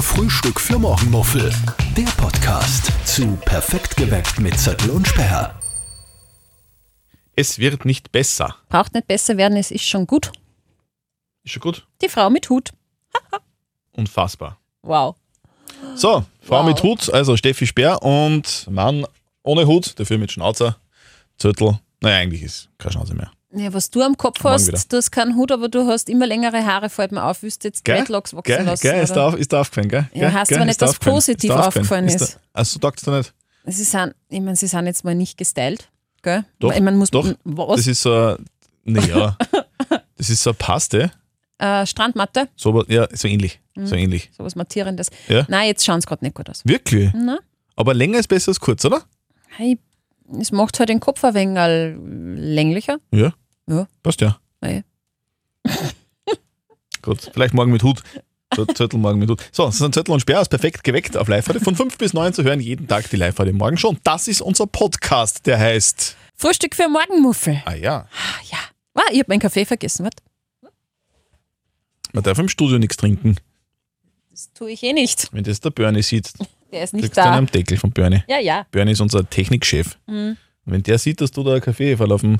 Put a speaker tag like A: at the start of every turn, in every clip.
A: Frühstück für Morgenmuffel. Der Podcast zu Perfekt geweckt mit Zettel und Sperr.
B: Es wird nicht besser.
C: Braucht nicht besser werden, es ist schon gut.
B: Ist schon gut.
C: Die Frau mit Hut.
B: Unfassbar.
C: Wow.
B: So, Frau
C: Wow.
B: mit Hut, also Steffi Speer und Mann ohne Hut, dafür mit Schnauzer, Zürtel. Naja, eigentlich ist keine Schnauze mehr.
C: Ja, was du am Kopf
B: Morgen
C: hast,
B: wieder.
C: du hast keinen Hut, aber du hast immer längere Haare, fällt mir auf. Willst du jetzt Dreadlocks wachsen
B: gell?
C: lassen?
B: Gell? Ist, da
C: oder?
B: auf, ist da aufgefallen, gell?
C: Ja,
B: Gell?
C: hast
B: Gell?
C: aber nicht,
B: Ist da
C: dass
B: aufgefallen?
C: positiv
B: da
C: aufgefallen ist.
B: Da, also, sagst du nicht?
C: Sie sind, ich meine, sie sind jetzt mal nicht gestylt. Gell?
B: Doch,
C: ich meine, muss
B: doch. Das
C: was?
B: ist so, ein- nee, ja. das ist so eine Paste,
C: Äh, Strandmatte,
B: so, was- ja, so ähnlich,
C: Mhm.
B: so ähnlich.
C: sowas Mattierendes.
B: Ja.
C: Nein, jetzt schauen sie gerade nicht gut aus.
B: Wirklich?
C: Na?
B: Aber länger ist besser als kurz, oder?
C: Hey, es macht halt den Kopf ein wenig äh, länglicher.
B: Ja.
C: Ja.
B: Passt ja.
C: Nein.
B: Gut, vielleicht morgen mit Hut. Z- Zettel morgen mit Hut. So, das sind Zettel und Sperr ist perfekt geweckt auf live -Radio. Von 5 bis 9 zu hören, jeden Tag die live -Radio morgen schon. Das ist unser Podcast, der heißt.
C: Frühstück für Morgenmuffel.
B: Ah ja,
C: Ah, ja. Ah, ich habe meinen Kaffee vergessen. Warte.
B: man darf im Studio nichts trinken,
C: Das tue ich eh nicht.
B: wenn das der Bernie sieht.
C: Der ist
B: Kriegst
C: nicht
B: du
C: da.
B: einen am Deckel von Bernie.
C: Ja, ja.
B: Bernie ist unser Technikchef.
C: Mhm.
B: Und Wenn der sieht, dass du da einen Kaffeeefall auf, dem-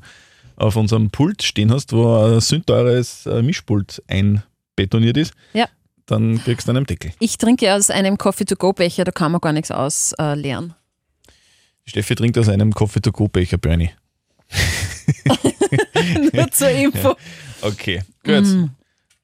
B: auf unserem Pult stehen hast, wo ein sündteures äh, Mischpult einbetoniert ist,
C: Ja.
B: dann kriegst du einen am Deckel.
C: Ich trinke aus einem Coffee-to-go-Becher, da kann man gar nichts ausleeren.
B: Steffi trinkt aus einem Coffee-to-Go-Becher, Bernie.
C: Nur zur Info.
B: Okay, gut.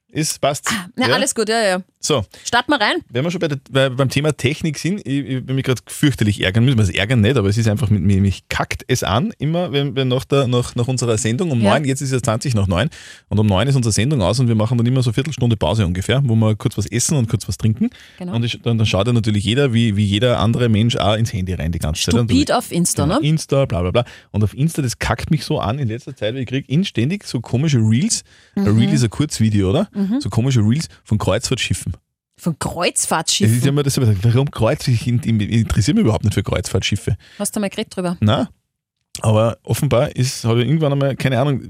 B: Ist, passt.
C: Ah, Na, alles gut, ja, ja.
B: So,
C: Starten wir rein.
B: wenn wir schon bei der, bei, beim Thema Technik sind, ich, ich bin mich gerade fürchterlich ärgern müssen. Also ärgern nicht, aber es ist einfach mit mir, mich kackt es an, immer wenn, wenn nach, der, nach, nach unserer Sendung um
C: Ja.
B: neun, jetzt ist es 20 nach neun und um neun ist unsere Sendung aus und wir machen dann immer so eine Viertelstunde Pause ungefähr, wo wir kurz was essen und kurz was trinken.
C: Genau.
B: Und ich, dann, dann schaut ja natürlich jeder, wie, wie jeder andere Mensch auch ins Handy rein die ganze Zeit. Und
C: Stupid auf Insta,
B: Genau,
C: ne?
B: Insta, bla bla bla. Und auf Insta, das kackt mich so an in letzter Zeit, weil ich kriege inständig so komische Reels. Ein
C: Mhm.
B: Reel ist ein Kurzvideo, oder? So komische Reels von Kreuzfahrtschiffen.
C: Von
B: Es ist
C: Kreuzfahrtschiffen.
B: immer das, so, warum Kreuzfahrtschiffe? Ich in- in- interessiere mich überhaupt nicht für Kreuzfahrtschiffe.
C: Hast du mal geredet drüber?
B: Na, aber offenbar ist, habe ich irgendwann einmal, keine Ahnung,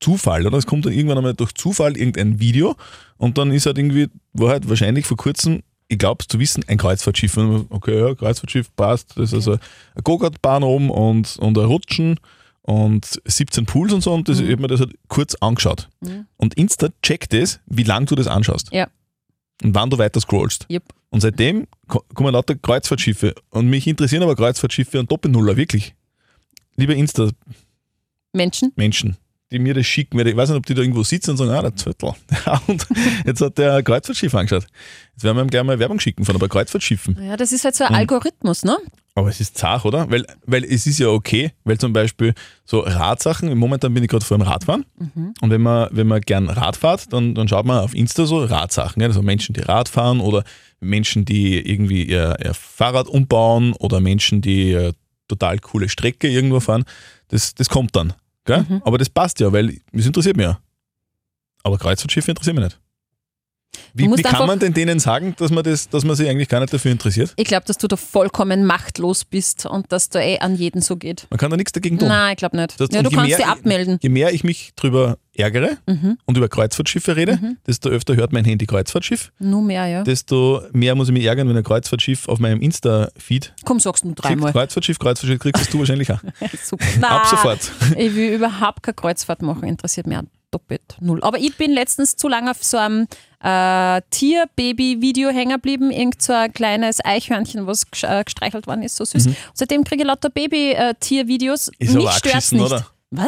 B: Zufall, oder? Es kommt dann irgendwann einmal durch Zufall irgendein Video und dann ist halt irgendwie, war halt wahrscheinlich vor kurzem, ich glaube zu wissen, ein Kreuzfahrtschiff. Und man, okay, ja, Kreuzfahrtschiff passt, das ist also eine Go-Kart-Bahn oben und, und ein Rutschen und 17 Pools und so und das, ich habe mir das halt kurz angeschaut.
C: Mhm.
B: Und Insta checkt das, wie lange du das anschaust.
C: Ja.
B: Und wann du weiter scrollst.
C: Yep.
B: Und seitdem ko- kommen lauter Kreuzfahrtschiffe. Und mich interessieren aber Kreuzfahrtschiffe und Doppelnuller, wirklich. Liebe Insta-Menschen,
C: Menschen?
B: die mir das schicken, weil ich weiß nicht, ob die da irgendwo sitzen und sagen, ah, der Zöttel. Und jetzt hat der ein Kreuzfahrtschiff angeschaut. Jetzt werden wir ihm gleich mal Werbung schicken von ein paar Kreuzfahrtschiffen.
C: Ja, das ist halt
B: Hm.
C: so ein Algorithmus, ne?
B: Aber es ist zart, oder? Weil, weil es ist ja okay, weil zum Beispiel so Radsachen, momentan bin ich gerade vor dem Radfahren und wenn man, wenn man gern Rad fährt, dann, dann schaut man auf Insta so Radsachen, ja? also Menschen, die Rad fahren oder Menschen, die irgendwie ihr, ihr Fahrrad umbauen oder Menschen, die äh, total coole Strecke irgendwo fahren. Das, das kommt dann. Gell?
C: Mhm.
B: Aber das passt ja, weil es interessiert mich ja. Aber Kreuzfahrtschiffe interessieren mich nicht. Wie,
C: musst
B: wie kann
C: einfach-
B: man denn denen sagen, dass man, das, dass man sich eigentlich gar nicht dafür interessiert?
C: Ich glaube, dass du da vollkommen machtlos bist und dass da eh an jeden so geht.
B: Man kann da nichts dagegen tun.
C: Nein, ich glaube nicht.
B: Das-
C: ja,
B: und
C: du
B: je
C: kannst
B: mehr-
C: dich abmelden.
B: Je mehr ich mich drüber ärgere
C: Mhm.
B: und über Kreuzfahrtschiffe rede, desto öfter hört mein Handy Kreuzfahrtschiff,
C: Nur mehr, ja.
B: desto mehr muss ich mich ärgern, wenn ein Kreuzfahrtschiff auf meinem Insta-Feed
C: Komm, sagst du nur
B: kriegt.
C: dreimal.
B: Kreuzfahrtschiff, Kreuzfahrtschiff kriegst das du wahrscheinlich auch.
C: Super. Nein.
B: Ab sofort.
C: Ich will überhaupt keine Kreuzfahrt machen, interessiert mich auch doppelt null. Aber ich bin letztens zu lange auf so einem äh, Tier-Baby-Video hängen geblieben. Irgend so ein kleines Eichhörnchen, was gesch- äh, gestreichelt worden ist, so süß. Und seitdem kriege ich lauter Baby-Tier-Videos.
B: Mhm. Ist aber
C: Mich
B: auch
C: stört's
B: geschissen,
C: nicht.
B: oder?
C: Was?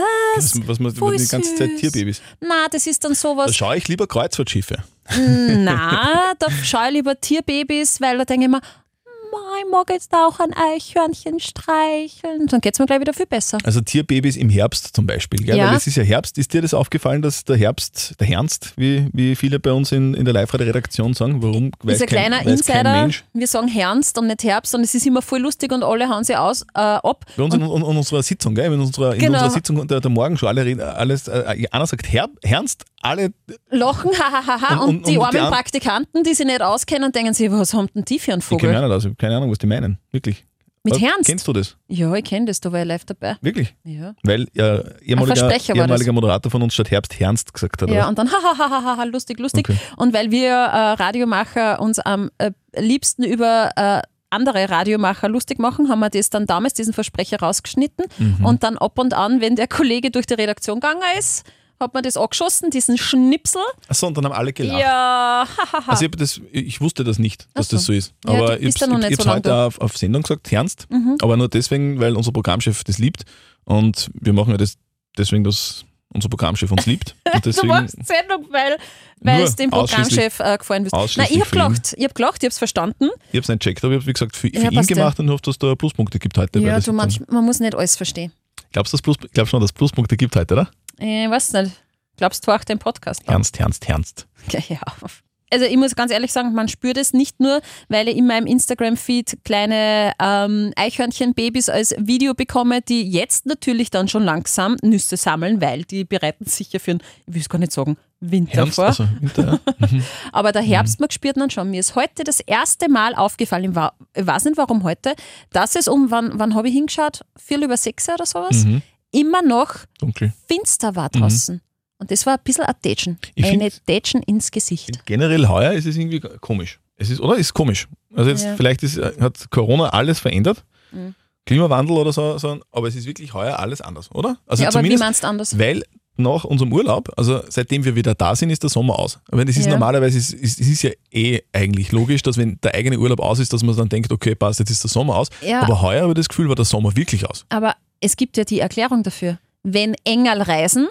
B: Was, was man
C: Voll
B: die ganze Zeit
C: süß.
B: Tierbabys.
C: Na, das ist dann
B: Da
C: sowas.
B: schaue ich lieber Kreuzfahrtschiffe.
C: Na, da schaue ich lieber Tierbabys, weil da denke ich mir, "Ma, ich mag jetzt da auch ein Eichhörnchen streicheln. Dann geht's mir gleich wieder viel besser.
B: Also Tierbabys im Herbst zum Beispiel. Gell?
C: Ja.
B: Weil es ist ja Herbst. Ist dir das aufgefallen, dass der Herbst, der Herbst, wie, wie viele bei uns in, in der Live-Redaktion sagen, warum? Weiß
C: Dieser
B: kein,
C: kleine
B: weiß Kein
C: Insider,
B: Mensch.
C: wir sagen Herbst und nicht Herbst und es ist immer voll lustig und alle hauen sie aus, äh, ab.
B: Bei uns in, in, in unserer Sitzung, gell? In unserer, in
C: Genau.
B: unserer Sitzung der, der Morgenshow, alle reden, alles, äh, einer sagt Herb, Ernst, alle,
C: Lachen, hahaha,
B: Und-
C: und,
B: und-
C: die
B: und
C: armen
B: die an-
C: Praktikanten, die sich nicht auskennen, denken sich, was haben denn die für einen
B: die kennen
C: Vogel?
B: ja nicht aus, ich hab keine Ahnung, was die meinen, wirklich.
C: Mit
B: Was-
C: Ernst?
B: Kennst du das?
C: Ja, ich kenne das, da war ich live dabei.
B: Wirklich?
C: Ja,
B: Weil äh, ehemaliger,
C: Versprecher war
B: ehemaliger Moderator von uns statt Herbst Ernst gesagt hat.
C: ja
B: oder?
C: und dann hahaha, lustig, lustig.
B: Okay.
C: Und weil wir äh, Radiomacher uns am äh, liebsten über äh, andere Radiomacher lustig machen, haben wir das dann damals, diesen Versprecher rausgeschnitten
B: Mhm.
C: und dann ab und an, wenn der Kollege durch die Redaktion gegangen ist, hat man das angeschossen, diesen Schnipsel.
B: Achso, und dann haben alle gelacht.
C: Ja, hahaha.
B: Also ich, hab das, ich wusste das nicht, dass
C: Ach so.
B: das so ist.
C: Ja,
B: Aber
C: du
B: ich
C: bist ja noch
B: habe
C: nicht
B: es
C: so Mhm. lang
B: heute auf, auf Sendung gesagt, ernst. Aber nur deswegen, weil unser Programmchef das liebt. Und wir machen ja das deswegen, dass unser Programmchef uns liebt. Und
C: Du
B: deswegen,
C: machst Sendung, weil, weil
B: Nur
C: es dem Programmchef äh, gefallen ist. Nein,
B: ausschließlich
C: ich habe
B: für ihn.
C: gelacht, ich habe gelacht, ich habe es verstanden.
B: ich habe es nicht checkt, aber ich habe wie gesagt für, für
C: Ja,
B: ihn
C: passt ja.
B: gemacht und hoffe, dass da Pluspunkte gibt heute. weil
C: ja,
B: das
C: du,
B: ist
C: manch, man muss nicht alles verstehen.
B: Dann, glaubst du dass Plus, glaubst schon, dass es Pluspunkte gibt heute, oder?
C: Ich Äh, weiß nicht. Glaubst du auch den Podcast?
B: Ernst, ernst, ernst.
C: Ja, ja. Also ich muss ganz ehrlich sagen, man spürt es nicht nur, weil ich in meinem Instagram-Feed kleine ähm, Eichhörnchen-Babys als Video bekomme, die jetzt natürlich dann schon langsam Nüsse sammeln, weil die bereiten sich ja für einen, ich will es gar nicht sagen, Winter
B: Ernst,
C: vor.
B: also Winter, ja.
C: Aber
B: Mhm.
C: der Herbst, man spürt man schon. Mir ist heute das erste Mal aufgefallen, ich wa- ich weiß nicht warum heute, dass es um, wann, wann habe ich hingeschaut? Viel über sechs oder sowas?
B: Mhm.
C: Immer noch
B: Dunkel.
C: finster war draußen. Und das war ein bisschen ein Dätschen.
B: Ich
C: Eine
B: find-
C: Dätschen ins Gesicht.
B: Generell heuer ist es irgendwie komisch. Es ist, oder? Ist komisch. Also jetzt
C: Ja.
B: vielleicht ist, hat Corona alles verändert.
C: Mhm.
B: Klimawandel oder so, so, aber es ist wirklich heuer alles anders, oder? Also
C: ja, aber wie
B: zumindest,
C: meinst du anders?
B: weil nach unserem Urlaub, also seitdem wir wieder da sind, ist der Sommer aus. Aber das ist
C: Ja.
B: normalerweise, es ist, es ist ja eh eigentlich logisch, dass wenn der eigene Urlaub aus ist, dass man dann denkt, okay, passt, jetzt ist der Sommer aus.
C: Ja.
B: Aber heuer habe ich das Gefühl, war der Sommer wirklich aus.
C: Aber es gibt ja die Erklärung dafür. Wenn Engel reisen,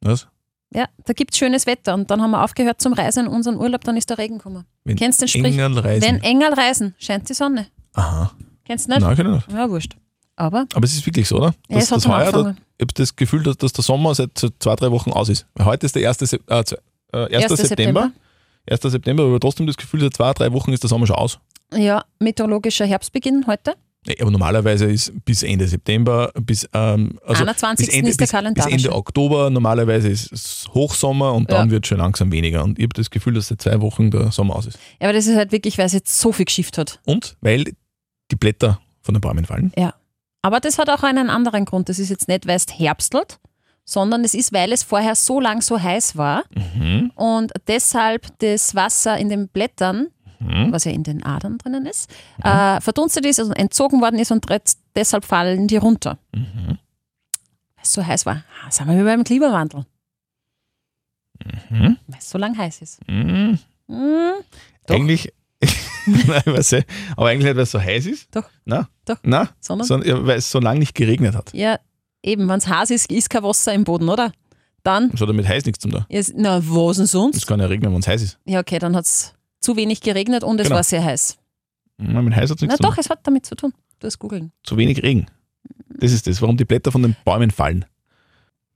B: Was?
C: ja, da gibt es schönes Wetter und dann haben wir aufgehört zum Reisen in unseren Urlaub, dann ist der Regen gekommen.
B: Wenn
C: Kennst du den Sprich?
B: Engel
C: Wenn
B: reisen.
C: Engel reisen, scheint die Sonne.
B: Aha.
C: Kennst du nicht?
B: Nein, kann ich nicht.
C: Ja, wurscht. Aber
B: Aber es ist wirklich so, oder?
C: Ja, es hat
B: das
C: schon
B: heuer, da,
C: angefangen.
B: ich habe das Gefühl, dass, dass der Sommer seit so zwei, drei Wochen aus ist. Weil Heute ist der 1. Se äh, zwei- äh, 1.
C: 1.
B: September. 1. September, aber trotzdem das Gefühl, seit zwei, drei Wochen ist der Sommer schon aus.
C: ja, meteorologischer Herbstbeginn heute.
B: Nee, Aber normalerweise ist bis Ende September, bis, ähm, also
C: 21.
B: bis Ende,
C: ist der
B: bis,
C: Kalender.
B: Bis Ende Oktober, normalerweise ist es Hochsommer und dann
C: Ja.
B: wird schon langsam weniger. Und ich habe das Gefühl, dass seit zwei Wochen der Sommer aus ist.
C: Ja, aber das ist halt wirklich, weil es jetzt so viel geschifft hat.
B: Und weil die Blätter von den Bäumen fallen.
C: Aber das hat auch einen anderen Grund. Das ist jetzt nicht, weil es herbstelt, sondern es ist, weil es vorher so lang so heiß war
B: Mhm.
C: und deshalb das Wasser in den Blättern,
B: Mhm.
C: was ja in den Adern drinnen ist, äh, verdunstet ist und entzogen worden ist und dre- deshalb fallen die runter.
B: Mhm.
C: Weil es so heiß war. Ah, Sind wir wieder beim Klimawandel.
B: Mhm.
C: Weil es so lang heiß ist.
B: Mhm.
C: Hm, Doch.
B: Eigentlich, nein, weiß ich, aber eigentlich nicht, weil es so heiß ist.
C: Doch.
B: Na?
C: Doch.
B: Na?
C: sondern
B: Sondern, ja, weil es so lange nicht geregnet hat.
C: Ja, eben, wenn es heiß ist, ist kein Wasser im Boden, oder? Dann,
B: Das hat damit heiß nichts zu tun.
C: ist, na, was denn
B: Es
C: sonst?
B: kann ja regnen, wenn es heiß ist.
C: Ja, okay, dann hat es zu wenig geregnet und es
B: Genau.
C: war sehr heiß.
B: Nein, mit heiß hat es
C: Na
B: nichts zu
C: doch,
B: tun.
C: es hat damit zu tun. Du hast googeln.
B: Zu wenig Regen. Das ist das, warum die Blätter von den Bäumen fallen.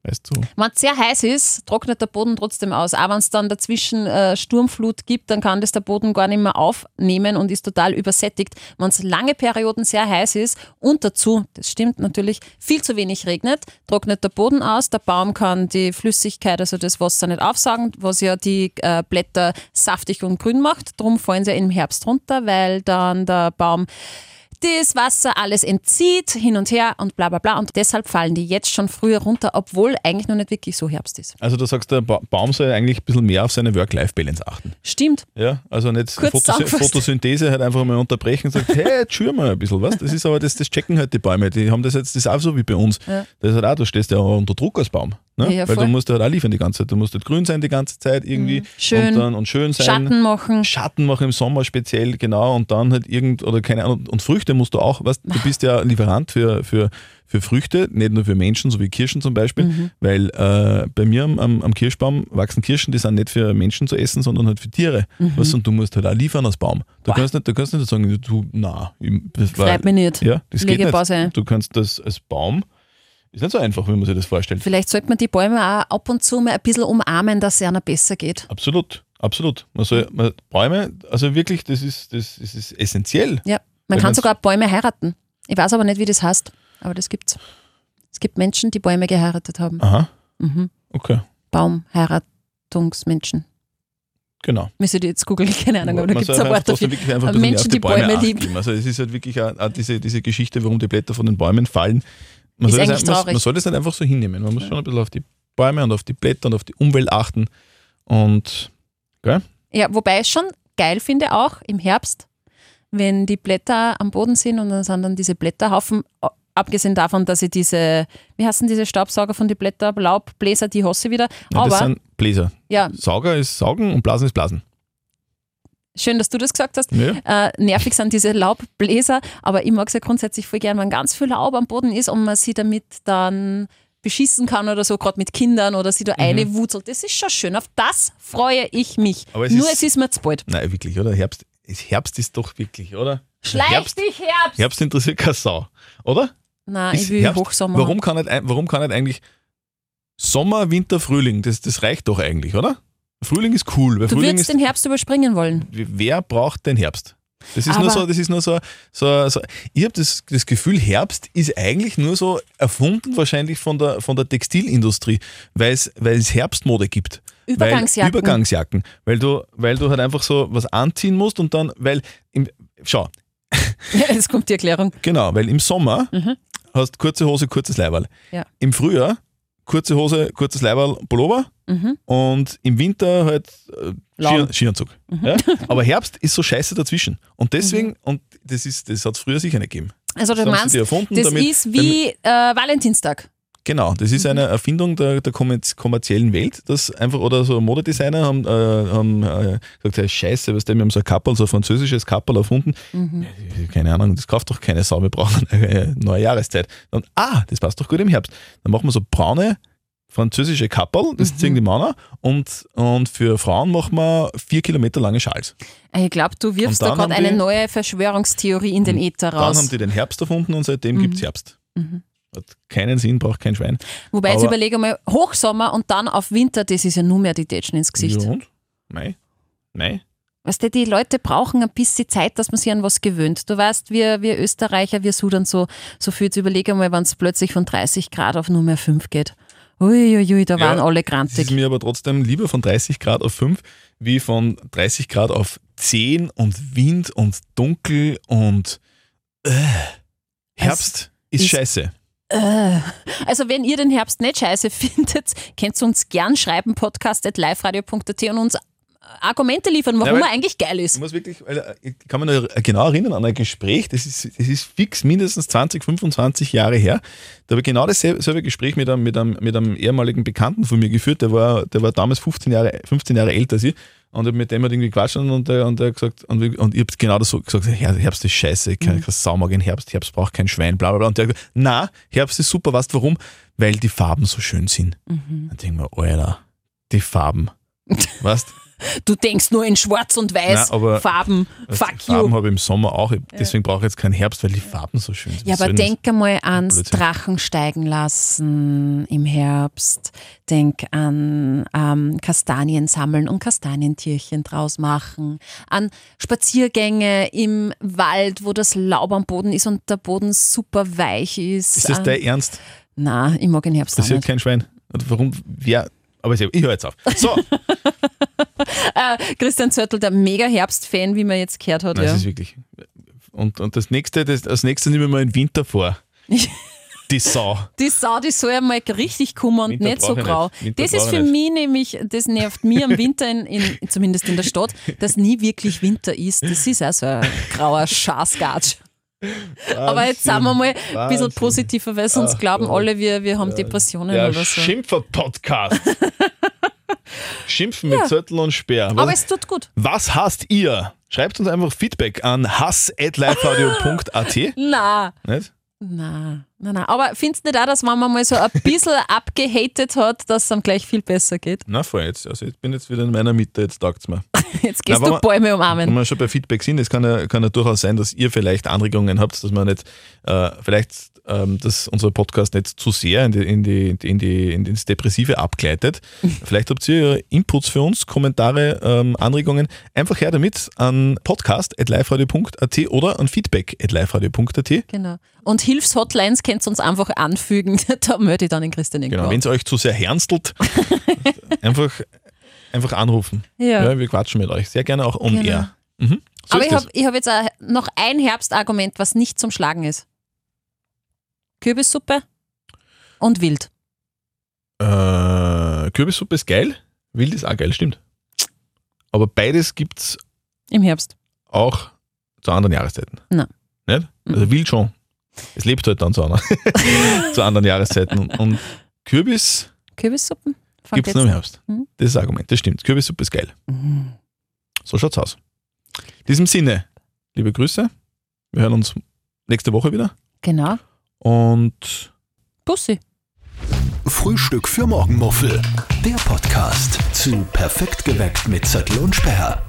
B: Weißt du?
C: Wenn es sehr heiß ist, trocknet der Boden trotzdem aus. Auch wenn es dann dazwischen äh, Sturmflut gibt, dann kann das der Boden gar nicht mehr aufnehmen und ist total übersättigt. Wenn es lange Perioden sehr heiß ist und dazu, das stimmt natürlich, viel zu wenig regnet, trocknet der Boden aus. Der Baum kann die Flüssigkeit, also das Wasser nicht aufsaugen, was ja die äh, Blätter saftig und grün macht. Drum fallen sie im Herbst runter, weil dann der Baum das Wasser alles entzieht, hin und her und bla bla bla. Und deshalb fallen die jetzt schon früher runter, obwohl eigentlich noch nicht wirklich so Herbst ist.
B: Also, du sagst, der Ba- Baum soll eigentlich ein bisschen mehr auf seine Work-Life-Balance achten.
C: Stimmt.
B: Ja, also nicht
C: Kurz
B: Photosy
C: zusammengefasst.
B: Photosynthese halt einfach mal unterbrechen und sagt, hey, jetzt schür mal ein bisschen, was? Das ist aber das, das checken halt die Bäume, die haben das jetzt, das ist auch so wie bei uns.
C: Ja.
B: Das ist halt auch, du stehst ja auch unter Druck als Baum. Ne?
C: Ja,
B: Weil du
C: voll. Mhm.
B: musst halt auch liefern die ganze Zeit. Du musst halt grün sein die ganze Zeit irgendwie.
C: Schön.
B: Und, dann, und schön sein.
C: Schatten machen.
B: Schatten machen im Sommer speziell, genau, und dann halt irgend, oder keine Ahnung, und Früchte musst du auch, weißt, du bist ja Lieferant für, für, für Früchte, nicht nur für Menschen, so wie Kirschen zum Beispiel,
C: Mhm.
B: weil äh, bei mir am, am, am Kirschbaum wachsen Kirschen, die sind nicht für Menschen zu essen, sondern halt für Tiere,
C: Mhm.
B: weißt, und du musst halt auch liefern als Baum. Du kannst nicht, du kannst nicht sagen, du, na, ich- das war,
C: Freut mich nicht.
B: ja, das geht
C: Lege Pause ein.
B: nicht. Du kannst das als Baum, ist nicht so einfach, wie man sich das vorstellt.
C: Vielleicht sollte man die Bäume auch ab und zu mal ein bisschen umarmen, dass es ihnen besser geht.
B: Absolut, absolut. Man soll, man, Bäume, also wirklich, das ist, das, das ist essentiell.
C: Ja. Man
B: Wenn
C: kann
B: man's-
C: sogar Bäume heiraten. Ich weiß aber nicht, wie das heißt. Aber das gibt's. Es gibt Menschen, die Bäume geheiratet haben.
B: Aha,
C: Mhm.
B: okay.
C: Baumheiratungsmenschen.
B: Genau.
C: Müsste die jetzt googeln, keine Ahnung, aber da
B: Man
C: gibt's
B: soll halt
C: ein Wort
B: trotzdem
C: dafür.
B: wirklich einfach ein bisschen
C: Menschen,
B: mehr auf die
C: die
B: Bäume,
C: Bäume
B: Acht
C: lieben.
B: geben. Also es ist halt wirklich auch, auch diese, diese Geschichte, warum die Blätter von den Bäumen fallen. Man
C: Ist
B: soll, das,
C: eigentlich
B: ein- man,
C: traurig.
B: man soll das nicht einfach so hinnehmen. Man muss schon ein bisschen auf die Bäume und auf die Blätter und auf die Umwelt achten. Und
C: Ja, wobei ich schon geil finde auch im Herbst, wenn die Blätter am Boden sind und dann sind dann diese Blätterhaufen, a- abgesehen davon, dass ich diese, wie heißen diese Staubsauger von den Blätter, Laubbläser, die hasse ich wieder.
B: Ja, das
C: Aber,
B: sind Bläser.
C: ja,
B: Sauger ist Saugen und Blasen ist Blasen.
C: schön, dass du das gesagt hast.
B: Ja.
C: Äh, nervig sind diese Laubbläser, aber ich mag es ja grundsätzlich voll gern, wenn ganz viel Laub am Boden ist und man sie damit dann beschießen kann oder so, gerade mit Kindern oder sie da
B: Mhm.
C: eine wutzelt. Das ist schon schön. Auf das freue ich mich.
B: Aber es
C: Nur
B: ist-
C: es ist mir zu bald.
B: Nein, wirklich, oder? Herbst, ist- Herbst ist doch wirklich, oder?
C: Schleich
B: Herbst,
C: dich, Herbst!
B: Herbst interessiert keine Sau, oder?
C: Nein, Ah, ich
B: Ist
C: will
B: Herbst.
C: Hochsommer.
B: Warum kann, nicht, ein- warum kann nicht eigentlich Sommer, Winter, Frühling? Das, das reicht doch eigentlich, oder? Frühling ist cool, weil
C: Du
B: Frühling
C: würdest
B: ist.
C: den Herbst überspringen wollen.
B: Wer braucht den Herbst? Das ist nur
C: Aber-
B: so, das ist nur so, so, so ich habe das, das Gefühl, Herbst ist eigentlich nur so erfunden wahrscheinlich von der, von der Textilindustrie, weil es weil es Herbstmode gibt.
C: Übergangsjacken.
B: Weil, Übergangsjacken. Weil du, weil du halt einfach so was anziehen musst und dann, weil, im, schau,
C: Jetzt kommt die Erklärung.
B: genau, weil im Sommer hast kurze Hose, kurzes Leiberl.
C: Mhm. Ja.
B: Im Frühjahr kurze Hose, kurzes Leiberl, Pullover
C: Mhm.
B: und im Winter halt äh,
C: Laun.
B: Ski- Skianzug.
C: Mhm.
B: Ja? Aber Herbst ist so scheiße dazwischen. Und deswegen, und das ist, das hat es früher sicher nicht gegeben.
C: Also Mhm. du
B: Das haben sie
C: meinst,
B: dir erfunden,
C: das
B: damit-
C: ist wie äh, Valentinstag.
B: Genau, das ist eine Erfindung der, der kommerz- kommerziellen Welt, das einfach, oder so Modedesigner haben, äh, haben äh, gesagt, hey, scheiße, was denn, wir haben so ein Kappel, so ein französisches Kappel erfunden. Keine Ahnung, das kauft doch keine Sau, wir brauchen eine äh, neue Jahreszeit. Dann, ah, das passt doch gut im Herbst. Dann machen wir so braune französische Kappel, das ziehen die Männer, und, und für Frauen machen wir vier Kilometer lange Schals.
C: Ich glaube, du
B: Und
C: wirfst da
B: dann
C: gerade
B: haben die-
C: eine neue Verschwörungstheorie in den Äther
B: Dann haben
C: raus.
B: die den Herbst erfunden und seitdem gibt's gibt es Herbst. Hat keinen Sinn, braucht kein Schwein.
C: Wobei, jetzt
B: aber-
C: überlege mal, Hochsommer und dann auf Winter, das ist ja nur mehr die Datschen ins Gesicht.
B: Ja, und? Nein. Nein.
C: Weißt du, die Leute brauchen ein bisschen Zeit, dass man sich an was gewöhnt. Du weißt, wir, wir Österreicher, wir sudern so, so viel. Jetzt überlege mal, wenn es plötzlich von 30 Grad auf nur mehr 5 geht. Uiuiui, da
B: Ja,
C: waren
B: Es
C: alle
B: ist
C: grantig.
B: mir aber trotzdem lieber von 30 Grad auf 5 wie von 30 Grad auf 10 und Wind und dunkel und äh, Herbst ist,
C: ist-
B: scheiße.
C: Äh. Also, wenn ihr den Herbst nicht scheiße findet, könnt ihr uns gern schreiben, podcast.liferadio.at und uns äh, Argumente liefern, warum
B: Ja,
C: er
B: weil-
C: eigentlich geil
B: Ich
C: ist.
B: muss wirklich, weil äh, ich kann mich noch genau erinnern an ein Gespräch, das ist, das ist fix mindestens 20, 25 Jahre her. Da habe ich genau dasselbe selbe Gespräch mit einem, mit, einem, mit einem ehemaligen Bekannten von mir geführt, der war, der war damals 15 Jahre, 15 Jahre älter als ich. Und ich hab mit dem halt irgendwie gequatscht und der, und der hat gesagt, und, wir- und ich habe genau das so gesagt, Her- Herbst ist scheiße, keine mhm. Sau mag in Herbst, Herbst braucht kein Schwein, bla bla bla. Und der hat gesagt, na, Herbst ist super, weißt du warum? Weil die Farben so schön sind. Dann denken wir, Alter, die Farben. Weißt
C: Du denkst nur in Schwarz und Weiß,
B: Nein, aber-
C: Farben,
B: Weißt du,
C: fuck you.
B: Farben habe ich im Sommer auch. Ich- Deswegen brauche ich jetzt keinen Herbst, weil die Farben so schön sind.
C: Ja,
B: Was
C: aber
B: soll denn
C: denk einmal ans
B: Blödsinn.
C: Drachen steigen lassen im Herbst. Denk an ähm, Kastanien sammeln und Kastanientierchen draus machen. An Spaziergänge im Wald, wo das Laub am Boden ist und der Boden super weich ist.
B: das? Ist das
C: An-
B: dein Ernst?
C: Nein, ich mag den Herbst
B: Das
C: auch
B: ist ja
C: nicht.
B: kein Schwein. Und warum? Ja, aber ich, ich höre jetzt auf. So,
C: Christian Zörtel, der mega Herbst-Fan, wie man jetzt gehört hat.
B: Nein, das
C: ja.
B: ist wirklich. Und, und das nächste, das, als nächstes nehmen wir mal den Winter vor. die Sau.
C: Die Sau, die soll ja mal richtig kommen und
B: Winter
C: nicht so
B: brauch ich
C: grau.
B: nicht. Winter
C: Das ist
B: brauch ich
C: für
B: nicht.
C: mich nämlich, das nervt mir am Winter, in, in, zumindest in der Stadt, dass nie wirklich Winter ist. Das ist auch so ein grauer Schasgatsch. Aber jetzt sagen wir mal ein bisschen
B: Wahnsinn.
C: positiver, weil sonst
B: Ach,
C: glauben
B: Gott.
C: alle, wir, wir haben Depressionen
B: Der
C: oder so.
B: Schimpfer-Podcast. Schimpfen mit Zettel und Speer.
C: Aber
B: Was-
C: es tut gut.
B: Was hasst ihr? Schreibt uns einfach Feedback an hass.liferadio.at.
C: Na,
B: Nicht?
C: na, na, na. Aber findest du nicht auch, dass wenn man mal so ein bisschen abgehatet hat, dass es einem gleich viel besser geht?
B: Na, voll jetzt. Also, ich bin jetzt wieder in meiner Mitte, jetzt taugt es mir.
C: Jetzt gehst
B: Na, wenn
C: du
B: man-
C: Bäume
B: Wenn
C: umarmen.
B: wir schon bei Feedback sind, es kann ja, kann ja durchaus sein, dass ihr vielleicht Anregungen habt, dass man nicht, äh, vielleicht, ähm, dass unser Podcast nicht zu sehr in, die, in, die, in, die, in das Depressive abgleitet. vielleicht habt ihr Inputs für uns, Kommentare, ähm, Anregungen. Einfach her damit an podcast.liferadio.at oder an feedback.liferadio.at.
C: Genau. Und Hilfshotlines könnt ihr uns einfach anfügen. Da melde ich dann den Christian irgendwo.
B: Genau, wenn es euch zu sehr hernstelt, einfach, einfach anrufen.
C: Ja.
B: wir quatschen mit euch. Sehr gerne auch um
C: Genau.
B: air. Mhm. So
C: Aber
B: ist
C: ich
B: das.
C: habe ich hab jetzt auch noch ein Herbstargument, was nicht zum Schlagen ist. Kürbissuppe und Wild.
B: Äh, Kürbissuppe ist geil, wild ist auch geil, stimmt. Aber beides gibt es
C: Im Herbst.
B: auch zu anderen Jahreszeiten?
C: Nein.
B: Nicht? Also wild schon. Es lebt halt dann zu anderen, zu anderen Jahreszeiten. Und, und Kürbis
C: Kürbissuppen? Fängt
B: gibt es nur im Herbst.
C: Mhm.
B: Das ist das Argument, das stimmt. Kürbissuppe ist geil.
C: Mhm.
B: So schaut's aus. In diesem Sinne, liebe Grüße. Wir hören uns nächste Woche wieder.
C: Genau.
B: Und
C: Bussi.
A: Frühstück für Morgenmuffel. Der Podcast zu Perfekt geweckt mit Zettel und Sperr.